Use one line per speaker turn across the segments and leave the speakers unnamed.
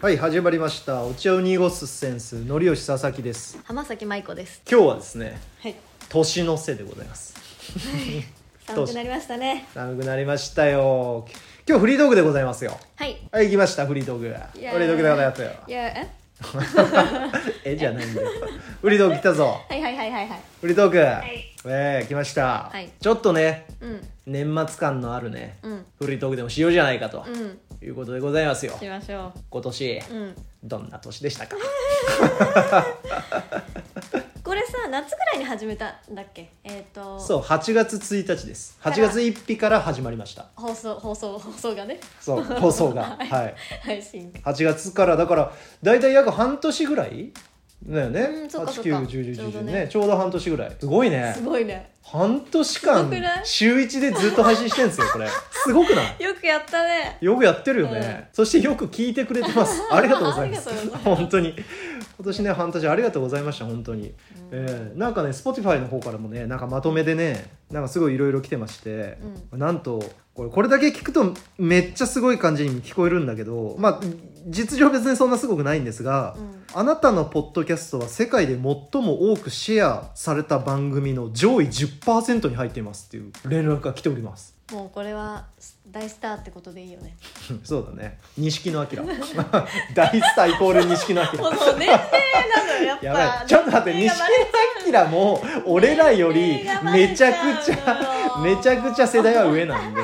はい始まりましたお茶を濁すセンスのりよし佐々木です
浜崎舞子です。
今日はですね
はい。
年の瀬でございます
寒くなりましたね。
長くなりましたよ今日フリートークでございますよ
はい。
はい行きましたフリートークフリ
イエー
ー
イ
トークでございますよ
いや、え。
えじゃないんだよフリートーク来たぞ
はいはいはいはいはい。
フリートーク、
い
えー、来ました、
はい
ちょっとね
うん。
年末感のあるね、
うん。
フリートークでもしようじゃないかと、
うん。
いうことでございますよ
しましょ
今年、
う。うん。
どんな年でしたか
これさ、夏ぐらいに始めたんだっけ。えっ、と。
そう8月1日です
から
8月1日から始まりました
放送、放送、放送がね。
そう放送がはい
配信。
8月からだから大体約半年ぐらいだよね
うんそっかそっかちょうど
891011
ね
ねちょうど半年ぐらいすごいね
すごいね。
半年
すごくな
間
い
週1でずっと配信してるんですよこれすごくない
よくやったね。
よくやってるよね、そしてよく聞いてくれてます ありがとうございます
ありがとうございます
本当に今年ね半年ありがとうございました本当に、
うん
えーなんかね Spotify の方からもねなんかまとめでねなんかすごいいろいろ来てまして、なんとこれこれだけ聞くとめっちゃすごい感じに聞こえるんだけどまあ実情別にそんなすごくないんですが、
うん
あなたのポッドキャストは世界で最も多くシェアされた番組の上位10%に入っていますっていう連絡が来ております
もうこれは大スターってことでいいよね。
そうだね錦野明 大スターイコール錦野明
もうそう年齢なのよ やっぱ。
やばいちょっと待って
年
錦
齢が
野明も俺らよりめちゃくちゃ
年齢がバレちゃうのよ
めちゃくちゃ世代は上なんで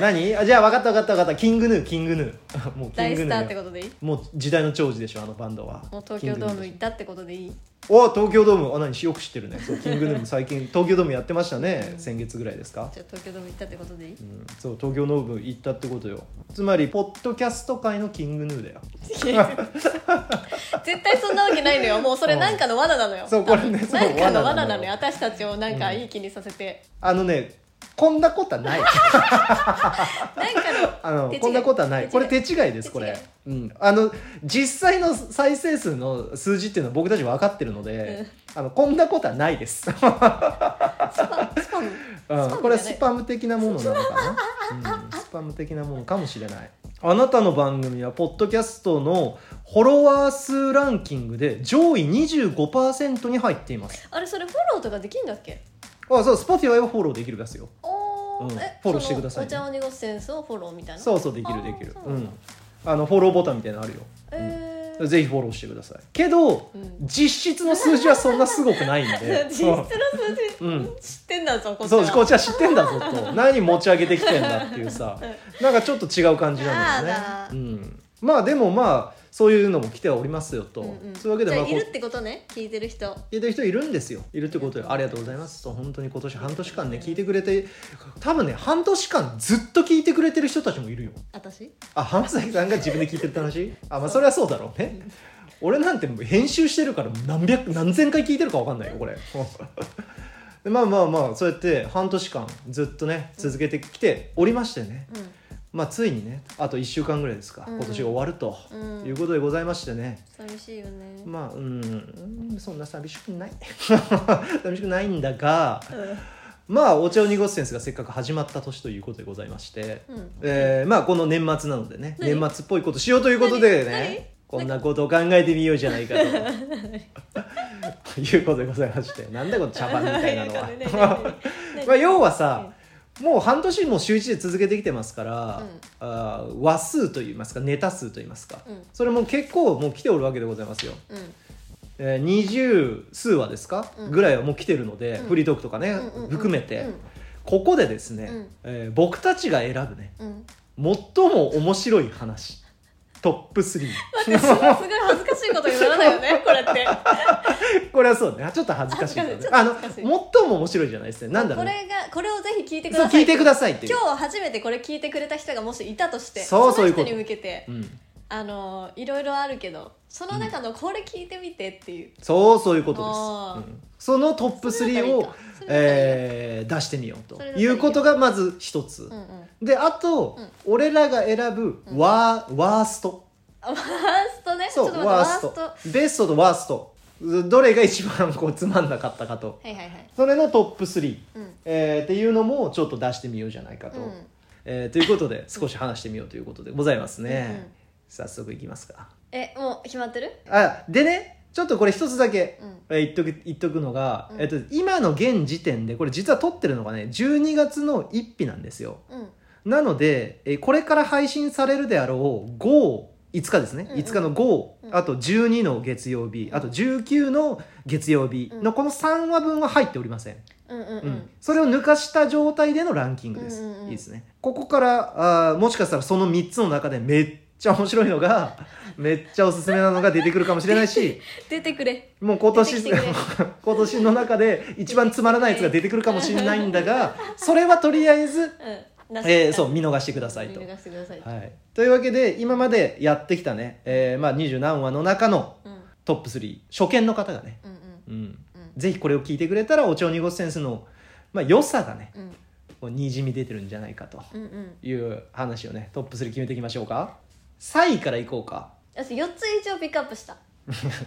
何あじゃあ分かった分かった分かったキングヌーキングヌー もうキン
大
グ
ス
ヌ
ター
ー
って
よ
ことでいい。
もう時代の長寿でしょあのバンドは
もう東京ド
キン
ーム
グヌ
行ったってことでいい。
ーお東京ドームあ何よく知ってるねそうキングヌーも最近 東京ドームやってましたね
うん
先月ぐらいですか
じゃあ東京ドーム行ったってことでいい。
う ん、そう東京ドーム行ったってことよつまりポッドキャスト界のキングヌーだよ
絶対そんなわけないのよもうそれなんかの罠なのよ
そうこれねそう
なんか
罠な
の罠
のよ
なのよ私たちをなんかいい気にさせて、
あのねこんなことはない
なんか
あの
手違い
こんなことはな
手
い
違い
これ手違いですこれ、うん、あの実際の再生数の数字っていうのは僕たち分かってるので、あのこんなことはない です、うん、
のスパムスパム
これはスパム的なものなの かな、うん、スパム的なものかもしれないあなたの番組はポッドキャストのフォロワー数ランキングで上位25%に入っています
あれそれフォローとかできんだっけ
あそう Spotify はフォローできるですよ
お
うん
ーえ
フォローしてくださいね
そのお茶を濁すセンスをフォローみたいな
そうそうできる
あ
できる
そううなん
ん
だ
あのフォローボタンみたいなのあるよ、
え
うん、
ー
ぜひフォローしてくださいけど、
うん
実質の数字はそんなすごくないんで
実質の数字、
うん
知ってんだぞこっち
そ
は
うこっちは知ってんだぞ と何持ち上げてきてんだっていうさなんかちょっと違う感じなんだよね
やだ
うん、まあでもまあそういうのも来てはおりますよと、
うんうん
そういうわけで
じ
ま
ゃ
あ
あ
こ
いうるってことね聞いてる人
聞いてる人いるんですよいるってことでありがとうございますと本当に今年半年間ね聞いてくれて多分ね半年間ずっと聞いてくれてる人たちもいるよ
私
あ浜崎さんが自分で聞いてるって話あまあそれはそうだろうね俺なんてもう編集してるから何百何千回聞いてるか分かんないよこれでまあまあまあそうやって半年間ずっとね続けてきておりましてね、
うん
まあついにねあと1週間ぐらいですか、
うん
今年が終わると
うん
いうことでございましてね、
寂しいよね、
まあうんそんな寂しくない 寂しくないんだがまあお茶を濁すセンスがせっかく始まった年ということでございまして、
うん、うん
えーまあこの年末なのでね
何
年末っぽいことしようということで
何何
ねこんなことを考えてみようじゃないかと いうことでございましてなんだこの茶番みたいなの は
ねねねね ね
まあ要はさもう半年も週1で続けてきてますから、
うん
あー話数といいますかネタ数といいますか、
うん
それも結構もう来ておるわけでございますよ、
うん
えー、20数話ですか、
うん
ぐらいはもう来てるので、
うん
フリートークとかね、
うんうんうん
含めて、
うん
ここでですね、
うん
えー僕たちが選ぶね、
うん
最も面白い話トップ3
待ってすごいすごい恥ずかしいことにならないよねこれって
これはそうねちょっと恥ずかしいけどね
恥ずかしい
あの
ちょっと
最
恥ずかしい
も面白いじゃないですねなんだろう
これがこれをぜひ聞いてく
そう
ださ
聞
い
いてくださいっていう
今日初めてこれ聞いてくれた人がもしいたとして
そうそういうこ
の
と
人に向けて
うん、
あのいろいろあるけどその中のこれ聞いてみてっていう、
そうそういうことです、
あー
うんそのトップ
それだった
3
らい
を
いかそれだったらいいよ
えー出してみようと
それだったらい
い
いよ
うことがまず一つ、
うんうん
であと、
うん
俺らが選ぶワー,、ワースト
あワーストねちょ
そ
っ
う
と待ってワ
ワ
ー
ース
ス
ト
トは
ベストとワーストどれが一番こうつまんなかったかと
いはいはい
それのトップ3、
うん
えーっていうのもちょっと出してみようじゃないかと、
うん
えーということで少し話してみようということでございますね。早速いきますか
えもう決まってる
あでねちょっとこれ一つだけ
うん
えー言っとく言っとくのが、
うん
えっと、今の現時点でこれ実は撮ってるのがね12月の1日なんですよ
うん
なので、えーこれから配信されるであろう55日ですね、
うんうん
5日の5、
うん
あと12の月曜日、
うん
あと19の月曜日のこの3話分は入っておりません、
うんうん
う
うんん、
それを抜かした状態でのランキングです、
うんうんうん
いいですねここからあーもしかしたらその3つの中でめっちゃ面白いのが めっちゃおすすめなのが出てくるかもしれないし
出てくれ
もう今年
出てきてくれ
今年の中で一番つまらないやつが出てくるかもしれないんだがそれはとりあえず、
うんなし
えーそう見逃してくださいと
見。逃してください
はい、というわけで今までやってきたね、えーまあ、20何話の中の
うんうん
トップ3初見の方がね、
うん
うん、
うん
ぜひこれを聞いてくれたらお茶を濁すセンスの、まあ、良さがね
うん
こうにじみ出てるんじゃないかと
うんうん
いう話をねトップ3決めていきましょうか3位からいこうか
私4つ以上ピックアップした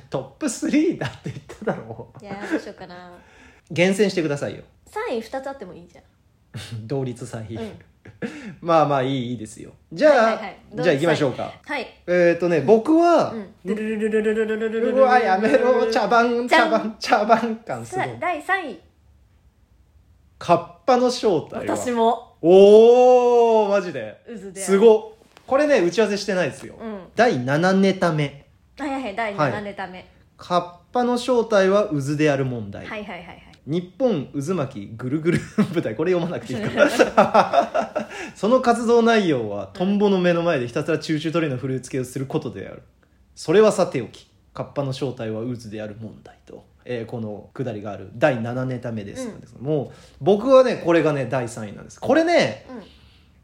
トップ3だって言っただろ
いやーどうしようかな
う厳選してくださいよ
3位2つあってもいいじゃん
同率3位、
うん
まあまあいいいいですよじゃあ、
はいはいはい同率
じゃあ行きましょうか
はい
えっ、とね僕は、
うんドゥルルルルルルルルル
うわやめろ茶番
じゃ
茶
ん
番茶番感すご
さ
い
第3位
カッパの正体は
私も
おおマジで
渦です
ごっこれね打ち合わせしてないですよ、
うん
第7ネタ目
はいはいはい第
は
7
い
ネタ目
カッパの正体は渦である問題、
はいはいはいはい
日本渦巻きぐるぐる舞台これ読まなくていいか その活動内容はトンボの目の前でひたすらチューチュートレイの振り付けをすることであるそれはさておきカッパの正体は渦である問題と、えーこのくだりがある第7ネタ目です、もう僕はねこれがね第3位なんですこれね
うん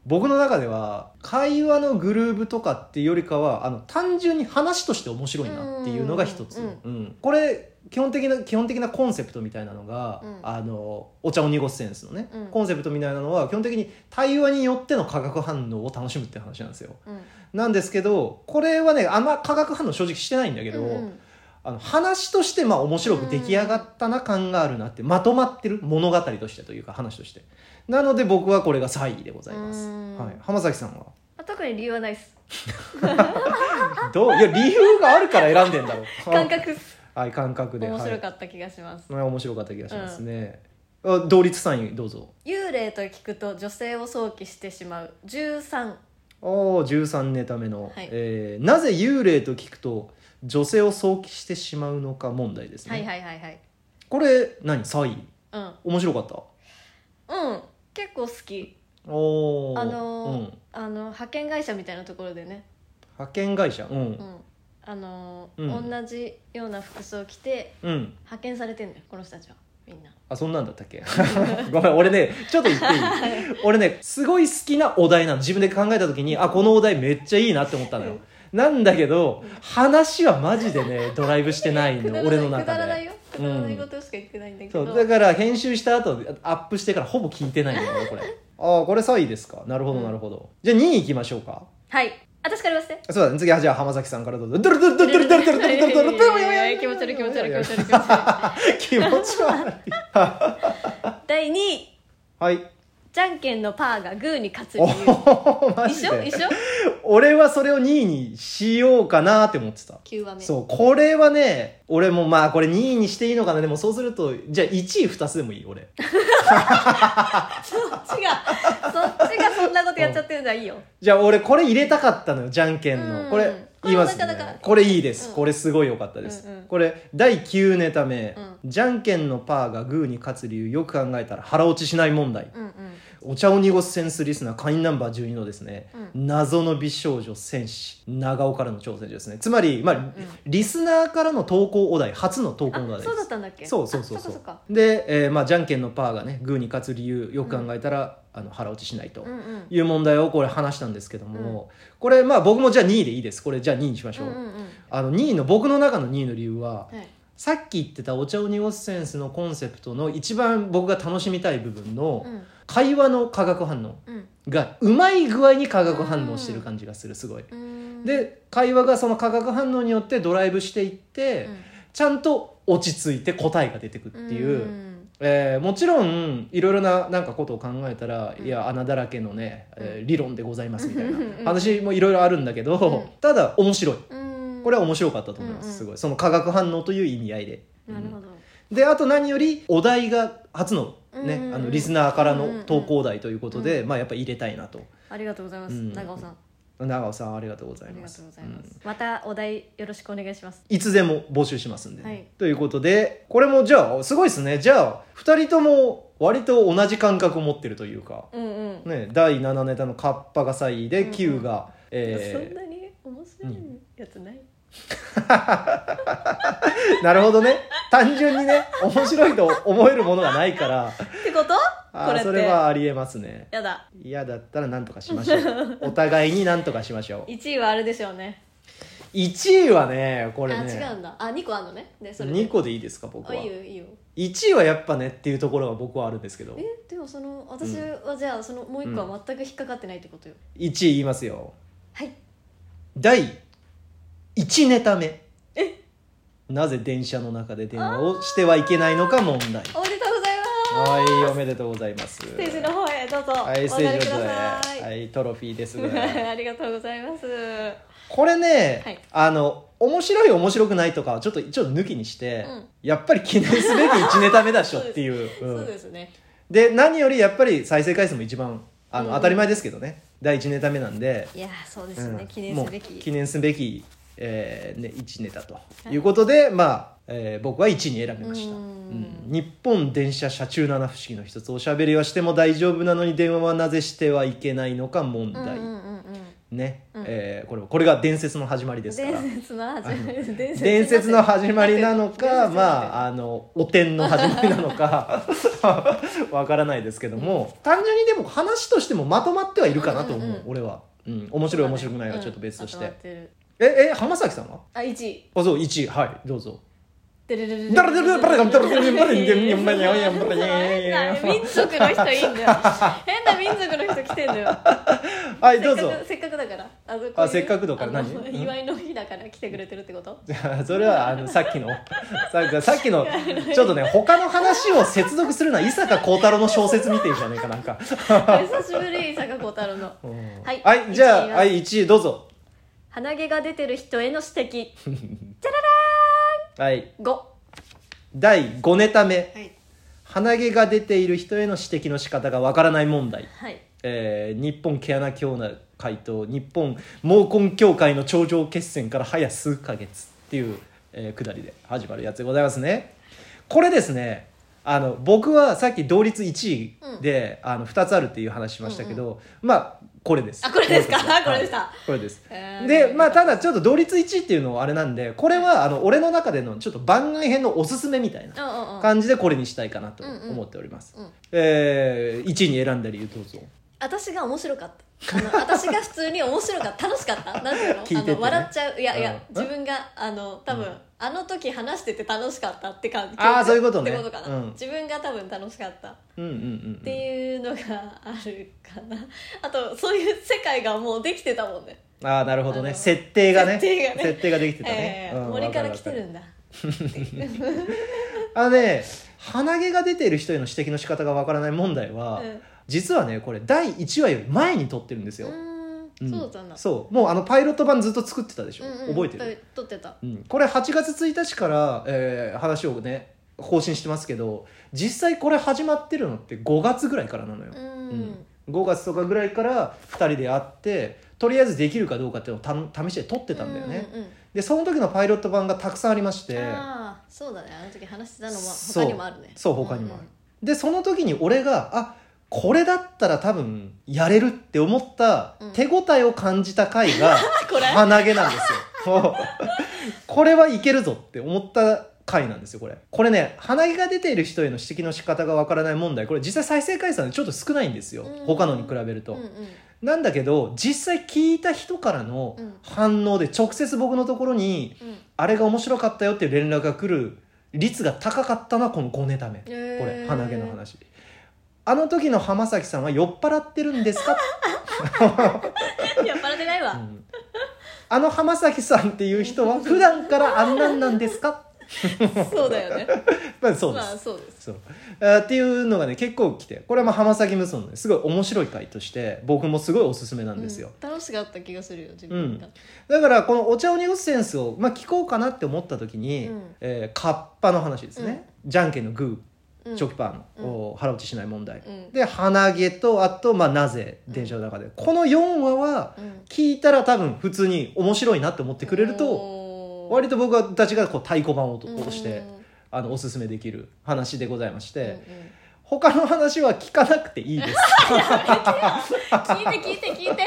僕の中では会話のグルーヴとかっていうよりかはあの単純に話として面白いなっていうのが一つ、
う
うんんこれ基本的な基本的なコンセプトみたいなのが、
うん
あのお茶を濁すセンスのね、
うん
コンセプトみたいなのは基本的に対話によっての化学反応を楽しむって話なんですよ
うん
なんですけどこれはねあんま化学反応正直してないんだけど、
うんうん
あの話としてまあ面白く出来上がったな感があるなって、まとまってる物語としてというか話としてなので僕はこれが3位でございます、
うん
はい、浜崎さんは
まあ特に理由はないっす
どういや理由があるから選んでんだろ
感覚っす
はい感覚で
面白
は
かった気がします
いはい、面白かった気がしますね、あ同率3位どうぞ
幽霊と聞くと女性を想起してしまう13
おー13ネタ目の、
はい
えーなぜ幽霊と聞くと女性を想起してしまうのか問題ですね、
はいはいはいはい
これ何3位
うん
面白かった
うん結構好き
おー
あのー
うん、
あの派遣会社みたいなところでね、
派遣会社うん
うんあのー
うん
同じような服装着て
うん。
派遣されてんだよこの人たちはみんな
あ、そんなんだったっけごめん、俺ね、ちょっと言っていい俺ね、すごい好きなお題なの。自分で考えた時に、あ、このお題めっちゃいいなって思ったのよ。なんだけど、話はマジでね、ドライブしてない
くだ
の、
ら
俺の
ないくだ
中
らない
で。
よくだらないことしか言ってないんだけ
そ
ど、
う、だから編集した後、アップしてからほぼ聞いてないのよ、これ。ああ、これ3位ですか。なるほど、なるほど。じゃあ2位行きましょうか。
はい私から言わせて
あそうだね、次は、じゃあ浜崎さんからどうぞ。ドルドルドルドルドルドルドルドルドルドル
いやいやいや気持ち悪い気持ち悪い気持ち悪い気持ち悪い
気持ち悪い。
第2位
はい。
じゃんけんのパーがグーに勝つ理
お
由
お、マジ
一
で。
緒一緒
俺はそれを2位にしようかなって思ってた。
9話目
そう、これはね、俺もまあこれ2位にしていいのかな。でもそうすると、じゃあ1位2つでもいい、俺。
そっちがそっちがそんなことやっちゃってるのはいいよ
じゃあ俺これ入れたかったのよ、じゃんけん
うん
の。これ、言いますね
これなかなか。
これいいです。
うん
これすごい良かったです。
うんうん
これ、第9ネタ目、
う
じゃんけんのパーがグーに勝つ理由、よく考えたら腹落ちしない問題。
うんうん
お茶を濁すセンスリスナー会員ナンバー12のですね、
う
謎の美少女戦士長尾からの挑戦状ですねつまり、まあリスナーからの投稿お題初の投稿
あ
お題です
そうだったんだっけ
そうそうそう
あ
そう
っか
で、えーまあ、じゃんけんのパーがねグーに勝つ理由よく考えたら、あの腹落ちしないと
そっかうんうん
いう問題をこれ話したんですけども、これまあ僕もじゃあ2位でいいですこれじゃあ2位にしましょう、
うんうんうん
あの2位の僕の中の2位の理由は
はい
さっき言ってたお茶を濁すセンスのコンセプトの一番僕が楽しみたい部分の
うん
会話の化学反応
うん
がうまい具合に化学反応してる感じがするすごい。
うん
で会話がその化学反応によってドライブしていって、
うん
ちゃんと落ち着いて答えが出てくっていう、
ん
えーもちろんいろいろななんかことを考えたら、
うん
いや穴だらけのね、えー理論でございますみたいな
うん
話もいろいろあるんだけど、
うん
ただ面白い
うん
これは面白かったと思います、
うんうん
すごいその化学反応という意味合いで。
なるほど
であと何よりお題が初の,、ね
うんうんうん
あのリスナーからの投稿題ということで、まあ、やっぱ入れたいなと
ありがとうございます
うん
長尾さん
長尾さんありがとうござ
あ
い
り
ま
が
す
とうございま
うん
すまたお題よろしくお願いします
いつでも募集しますんで、
はい
ということでこれもじゃあすごいですねじゃあ2人とも割と同じ感覚を持ってるというか、
うんうん
ね、第7ネタの「カッパが3位」
うんう
で
ん
Q が、
そん
え
なに面白いやつ ない
ーなるほどね単純にね面白いと思えるものがない から
ってこと
あー
これって
それはありえますね
やだ
嫌だったら何とかしましょ うお互いに何とかしましょう
1位はあれでしょうね
1位はねこれ
あ
ね
違うんだあ2個あるのねでそれで
2個でいいですか僕は
あいいよいいよ
1位はやっぱねっていうところは僕はあるんですけど
えでもその私はじゃあそのもう1個は全く引っかかってないってことよ
1位言いますよ
はい
第1ネタ目なぜ電車の中で電話をしてはいけないのか問題
おめでとうございます
はいおめでとうございます
ステージの方へどうぞお
は
上
いステ
が
ー
り
ジ
く
の
だ
上
さい
はいトロフィーです
ありがとうございます
これね、
はい
あの面白い面白くないとかはちょっと一応抜きにして、
うん
やっぱり記念すべき1ネタ目だっしょっていう
そう
うん
ですね
で何よりやっぱり再生回数も一番あの、
うん
当たり前ですけどね第1ネタ目なんで
いやーそうです
う
ね
ん
記念すべ
もう
き
記念すべき、えーね、1ネタと
い
いうことで、まあ、えー僕は1に選びました、
うん
うん日本電車車中七不思議の一つおしゃべりはしても大丈夫なのに電話はなぜしてはいけないのか問
うんうん
題、
うんうん
ね、
うん
えーこれこれが伝説の始まりですから
伝説の始まり伝
伝説の始まりなの
伝
か
説
まああのお天の始まりなのか わからないですけども単純にでも話としてもまとまってはいるかなと思う、
うんうん
俺は、うん、面白い面白くないはちょっと別として、
うんまとまってる
ええ浜崎さんは
あ一位
あそう1位はいどうぞ
ダラダラ
ダラダラダラダラダラダラダラダラダラダラダラダラ
変な民族の人いいんだよ変な民族の人来てんだよ
はいどうぞ
せっかくせっかくだからあのこういう
あせっかくだから何
あの祝いの日だから来てくれてるってこと
じゃあそれはあのさっきの さっきさっきのちょっとね他の話を接続するのは伊坂幸太郎の小説見てるじゃねえかなんか、
久しぶり坂幸太郎の
うん
はい
はい、じゃあ
一位は
はい1位どうぞ
鼻毛が出てる人への指摘
はい
五。
第5ネタ目
はい
鼻毛が出ている人への指摘の仕方がわからない問題、
はい
えー日本毛穴協会と日本毛根協会の頂上決戦から早数ヶ月っていう、えー、くだりで始まるやつでございますねこれですねあの僕はさっき同率1位で、あの2つあるっていう話しましたけど、まあこれです
あこれですか
はい
これでした
これです
えー
でまあただちょっと同率1位っていうのはあれなんでこれはあの俺の中でのちょっと番外編のおすすめみたいな
うんうんうん
感じでこれにしたいかなと
うんうん
思っております、
うん
えー、1位に選んだ理由どうぞ
私が面白かったあの私が普通に面白かった楽しかったなんていうの
聞いててね
あの笑っちゃういやいや、
うん
自分があの多分、
うん
あの時話してて楽しかったって感じ
あーそういうことね
ってことかな、
うん
自分が多分楽しかったっ
うんうんうんうん
ていうのがあるかなあとそういう世界がもうできてたもんね
ああなるほど
あ
ね
の
設定がね
設定がね
できてたね、
えー
うん
森から来て
わ
る
か
んだ
わかるあのね鼻毛が出ている人への指摘の仕方がわからない問題は、
うん
実はねこれ第1話より前に撮ってるんですよ、
うー
うんん
そうだったんだ
そうもうあのパイロット版ずっと作ってたでしょ、
うんうん
覚えてる
撮ってた
うん、これ8月1日から、えー話をね更新してますけど実際これ始まってるのって5月ぐらいからなのよ、
うん、
うん5月とかぐらいから2人で会ってとりあえずできるかどうかっていうのをた試して撮ってたんだよね、
うんうん
でその時のパイロット版がたくさんありまして
ああそうだねあの時話してたのも
そう
他にもあるね
そう他にもある、でその時に俺があこれだったら多分やれるって思った
うん
手応えを感じた回が
これ
鼻毛なんですよもうこれはいけるぞって思った回なんですよこれこれね鼻毛が出ている人への指摘の仕方がわからない問題これ実際再生回数はねちょっと少ないんですよ
うん
他のに比べると、
うんうん
なんだけど実際聞いた人からの
うん
反応で直接僕のところに
うん
あれが面白かったよっていう連絡が来る率が高かったのはこの5ネタ目こ
へー
れ鼻毛の話あの時の浜崎さんは酔っ払ってるんですか、
酔っ払ってないわ、
うんあの 浜崎さんっていう人は普段からあんなんなんですか、
そうだよね
まあ、 そうで
ますあそうです
そうあーっていうのがね結構来てこれはまあ浜崎無双のねすごい面白い回として僕もすごいおすすめなんですよ、
うん楽しかった気がするよ自分が、
だからこの「お茶を濁すセンスを」まあ、聞こうかなって思った時に、
うん
えーカッパの話ですね、じゃんけんのグ
うん
ーチョキパーの、お腹落ちしない問題、
うん
で鼻毛とあと、まあ、なぜ電車の中で、この4話は
うん
聞いたら多分普通に面白いなって思ってくれると
と
割と僕たちがこう太鼓判をと
うん
押して、あのおすすめできる話でございまし
うんう
て、
ん
他の話は聞かなくていい です
聞いて聞いて聞いて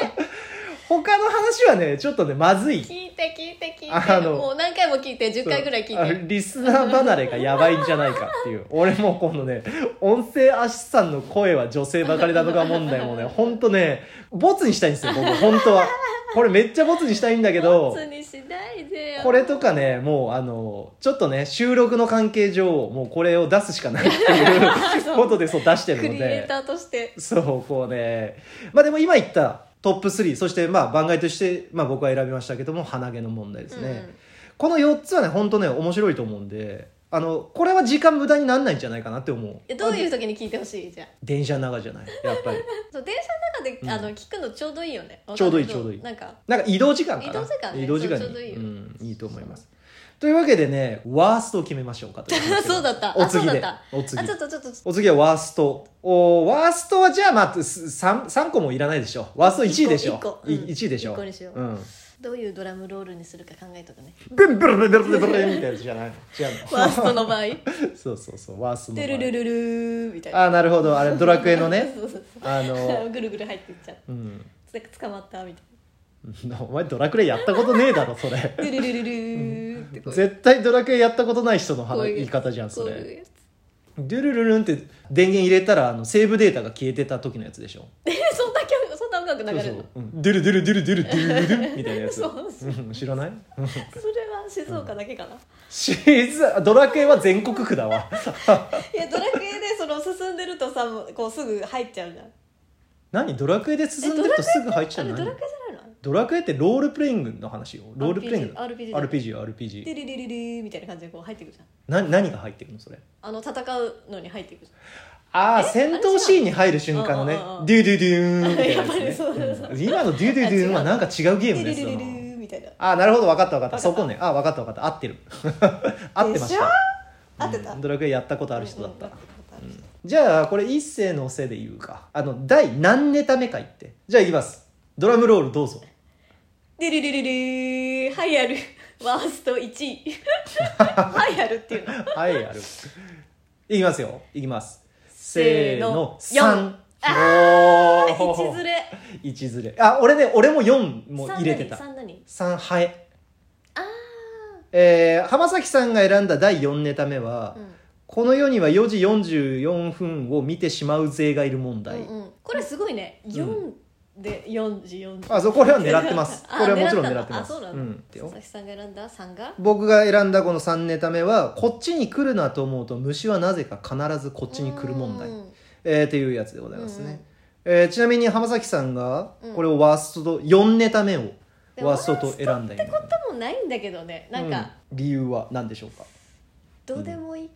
他の話はねちょっとねまずい
聞いて聞いて聞いて
あの
もう何回も聞いて10回ぐらい聞
あ
いて
リスナー離れがやばいんじゃないかって いう俺もこのね音声アシスタントの声は女性ばかりだとか問題もねほんとねボツにしたいんですよ僕本当はこれめっちゃボツにしたいんだけ ど
ツにしないでよ
これとかねもうあのちょっとね収録の関係上もうこれを出すしかないって いうことでそう出して
ク
るの
リエ
で
イターとして
そうこうねまあでも今言ったトップ3そしてまあ番外として、まあ、僕は選びましたけども鼻毛の問題ですね、この4つはね本当ね面白いと思うんであのこれは時間無駄になんないんじゃないかなって思う
うん、どういう
あ
時に聞いてほしいじゃん
電車の中じゃないやっぱり
そう電車の中で、
うん
あの聞くのちょうどいいよね
ちょうどいいちょうどいい
なんか
なんか移動時間かな
移動時間ね
移動時間に
そうちょうどいいよ
ん、いいと思いますというわけでねワーストを決めましょうかという話
そうだった
お次
あそ
で
うだっ
お次
あちょっとちょっと
お次はワーストおワーストはじゃあまあ 3, 三個もいらないでしょワースト1位でしょ
一個
い
うん
一位でしょ
一個にしようんどういうドラムロールにするか考えとくね
ブンブルブルブルブルブルみたいなやつじゃないの違うの
ワーストの場合
そうそうそうワーストの場
ル
合
ルルルルーみたいな
ああなるほどあれドラクエのね
そうそうそう
あの
ぐるぐる入っていっちゃ
う
う
ん
なんか捕まったみたい
お前ドラクエやったことねえだろそれ
なルルルルルーってこう
絶対ドラクエやったことない人の
こういう
言い方じゃんそ
こういう
れ
やつ
ドゥルルルンって電源入れたらあのセーブデータが消えてた時のやつでしょ
えそんな曲そんな音楽流れるの
うんドゥルドゥルドゥルドゥルドゥルドゥルみたいなやつ
そうそう
うん知らない
それは静岡だけかな、
シーズンドラクエは全国区だわ
いやドラクエでその進んでるとさこうすぐ入っちゃうじゃん
何ドラクエで進んでるとすぐ入っちゃ
あ
う
れ
の
ドラ
何
クエじゃないの
ドラクエってロールプレイングの話よロールプレイング
RPG
RPG よ RPG
でリリリリみたいな感じでこう入っていくじゃん
な何が入ってるのそれ
あの戦うのに入っていくじ
ああ
え
戦闘シーンに入る瞬間のね
あれじゃんうんうんうん
デューデューデューンみたいな
やっぱ
や
り
つ
そうそうそ
ね
う
うん今のデューデューデューンはなんか違うゲー
ゃん
ム
で
です
リリ
よ
リリみたいな
ああなるほど分かった分かった
わかった
そこねああ分かった分かった合ってる合ってました
合ってた
うんドラクエやったことある人だった、
うんうんうん
じゃあこれ一世のせいで言うかあの第何ネタ目か言ってじゃあいきますドラムロールどうぞ
リリリリリー栄えあるワースト1位 栄えあるっていうの
はいやるいきますよいきますせ
せ
ー
ー
の
の
3
あ
お
ー 一ず
ー
れ
一ずれあ俺ね俺も4も入れてた
3何
3ハエ
あ
えー浜崎さんが選んだ第4ネタ目は、
あ、うん
この世には4時44分を見てしまう勢がいる問題、
うんうん、これすごいね
ん
4で4時4時
あそうこれは狙ってます
あ
これはもちろん狙って
だ
ます
あそうなん
う
だ、
ん
佐々木さんが選んだ3が
僕が選んだこの3ネタ目はこっちに来るなと思うと虫はなぜか必ずこっちに来る問題、
うん
えー、っていうやつでございますね、
うんうん
えーちなみに浜崎さんが
うん
これをワーストと4ネタ目を
でも
ワーストと選んだ意味
ワーストってこともないんだけどねな
う
ん
ん
か、
理由は何でしょうか
どうでもいい、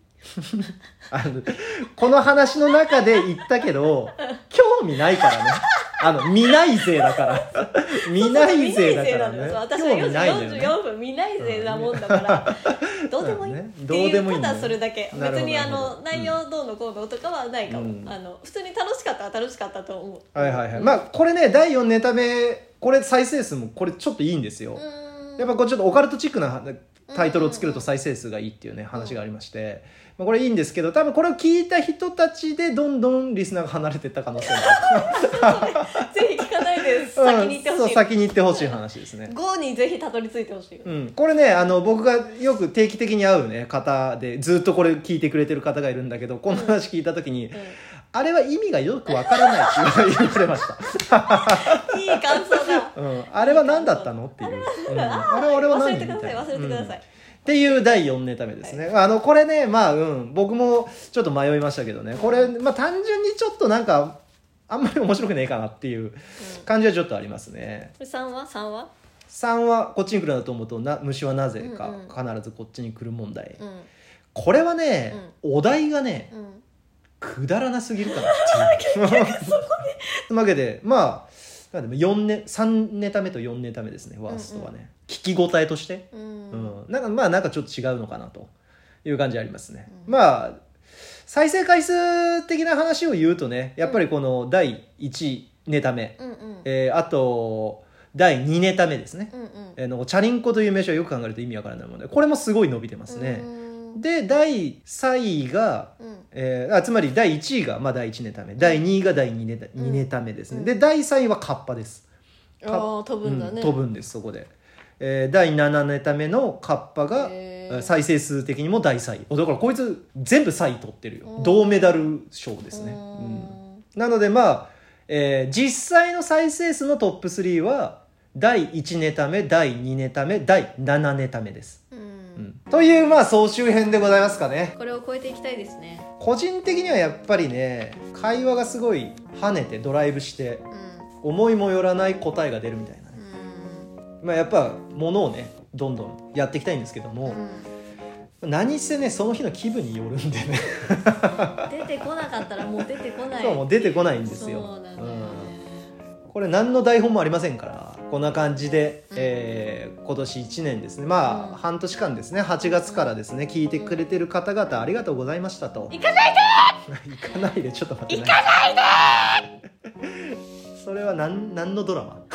あのこの話の中で言ったけど興味ないからねあの見ない勢だから見ない勢だからね
そう私は
興味ないん
4
だよ
時
ね
44分見ないぜなもんだから、どうでもいいって
そうだねどう
い
で
う
もいいんだ
た
よ
だそれだけ
なるほど
別にあ
なるほ
の
ど
内容どうのこうのとかはないかも、
うん
あの普通に楽しかったら楽しかったと思う
はいはいはいまあこれね第4ネタ目これ再生数もこれちょっといいんですよ、
うん
やっぱこうちょっとオカルトチックなタイトルをつけると再生数がいいっていうね話がありまして、まあ、これいいんですけど多分これを聞いた人たちでどんどんリスナーが離れていった可能性もあ
ぜひ聞かないで
る
先に行って
うんそ
ほ
う
しい、
先に行ってほしい話ですね
5にぜひたどり着いてほしいよ、
うん、これねあの僕がよく定期的に会う、ね、方でずっとこれ聞いてくれてる方がいるんだけどこの話聞いた時に、
う
あれは意味がよくわからないって言われました、
んいい感想だ
うん、あれは何だったのっていう、うん、あれは俺は
忘
何
れてください忘れてくださ
うん
い、
っていう第4ネタ目ですね、あのこれねまあうん僕もちょっと迷いましたけどねこれ、まあ、単純にちょっとなんかあんまり面白くねえかなっていう感じはちょっとありますね
これ3は3は
3はこっちに来るなと思うとな虫はなぜか
うん
必ずこっちに来る問題、
うん
これはね、お題がね
うん
くだらなすぎる かなっていう というわけでまあなんで4ネ3ネタ目と4ネタ目ですねワーストはね、聞き応えとして、
うん
う
う
ん、
ん
なんかまあなんかちょっと違うのかなという感じありますね、
うん
まあ再生回数的な話を言うとねやっぱりこの第1ネタ目、
うん
えーあと第2ネタ目ですね、
うんうん
えーのチャリンコという名称をよく考えると意味わからないもんでこれもすごい伸びてますね
う、ん
で第3位が
うん
えーあつまり第1位が、まあ、第1ネタ目第2位が第2ネタ,、
うん
二ネタ目ですね、
うん
で第3位はカッパです、
あー飛ぶんだ
う
ね
ん飛ぶんですそこで、えー第7ネタ目のカッパが、
へ
えー
ー
再生数的にも第3位おだからこいつ全部3位取ってるよ、
うん
銅メダル賞ですね、
う
うん
ん
なのでまあ、えー実際の再生数のトップ3は第1ネタ目第2ネタ目第7ネタ目です、
う
うんん、というまあ総集編でございますかね
これを超えていきたいですね
個人的にはやっぱりね会話がすごい跳ねてドライブして
うん
思いもよらない答えが出るみたいなね、
うん
まあ、やっぱものをねどんどんやっていきたいんですけども、
うん
何せねその日の気分によるんでね
出てこなかったらもう出てこない
そう もう出てこないんですよ
そうなんだよね
うんこれ何の台本もありませんからこんな感じで、
うん
えー今年1年ですねまあ、
うん
半年間ですね8月からですね聞いてくれてる方々ありがとうございましたと
行かない
行かないでちょっと待って行かないでそれは何何のドラマ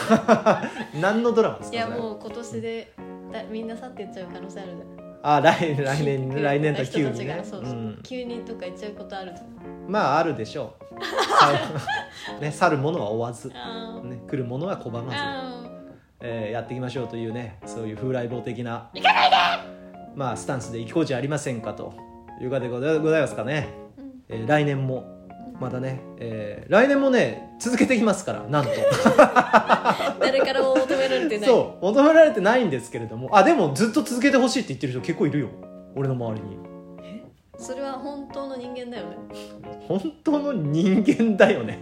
何のドラマです
い
か
や
それ
もう今年でだみんな去ってっちゃう可能性あるじ
あ来来
ゃ
年
ん
来年と急
人た
に
ち
ね
が、そう
う、
そうん急にとか行っちゃうことあるじゃん
まああるでしょ うね去る 者は追わず、
あ
ね、来る者は拒
ー
まず、
あ
えーやっていきましょうというねそういう風来坊的なまあスタンスで行こうじゃありませんかというかでござございますかね、
ーうん
えー来年もまたね、えー来年もね続けていきますからなんと
誰からも求められてない
そう求められてないんですけれどもあでもずっと続けてほしいって言ってる人結構いるよ俺の周りに
それは本当の人間だよね
本当の人間だよね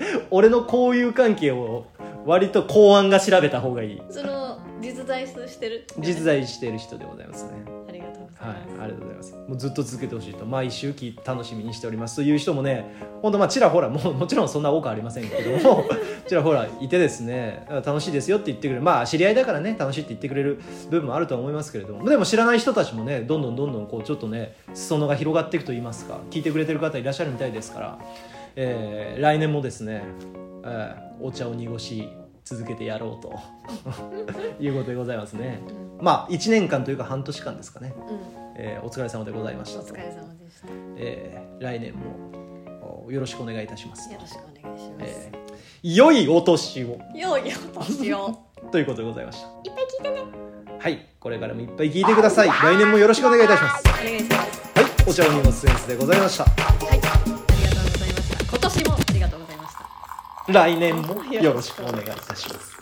俺の交友関係を割と公安が調べた方がいい
その実在してる
実在している人でございますね
ありがとうござい
はい
ます、
ありがとうございますもうずっと続けてほしいと毎週き楽しみにしておりますという人もね本当まあちらほらもうもちろんそんな多くはありませんけども ちらほらいてですねあ楽しいですよって言ってくれるまあ知り合いだからね楽しいって言ってくれる部分もあるとは思いますけれどもでも知らない人たちもねどんどんどんどんこうちょっとね裾野が広がっていくと言いますか聞いてくれてる方いらっしゃるみたいですから、えー来年もですね、えーお茶を濁し続けてやろうと いうことでございますね。
うん
まあ1年間というか半年間ですかね。
うん
えーお疲れ様でございました
お疲れ様でした
えー来年もおよろしくお願いいたします
よろしくお願いします、
えー良いお年を
よいよ年を
ということでございました
いっぱい聞いてね
はいこれからもいっぱい聞いてください来年もよろしくお願いいたします
お願いします
はいお茶を濁すセンスでございました
はいありがとうございました今年もありがとうございました
来年もよろしくお願いいたします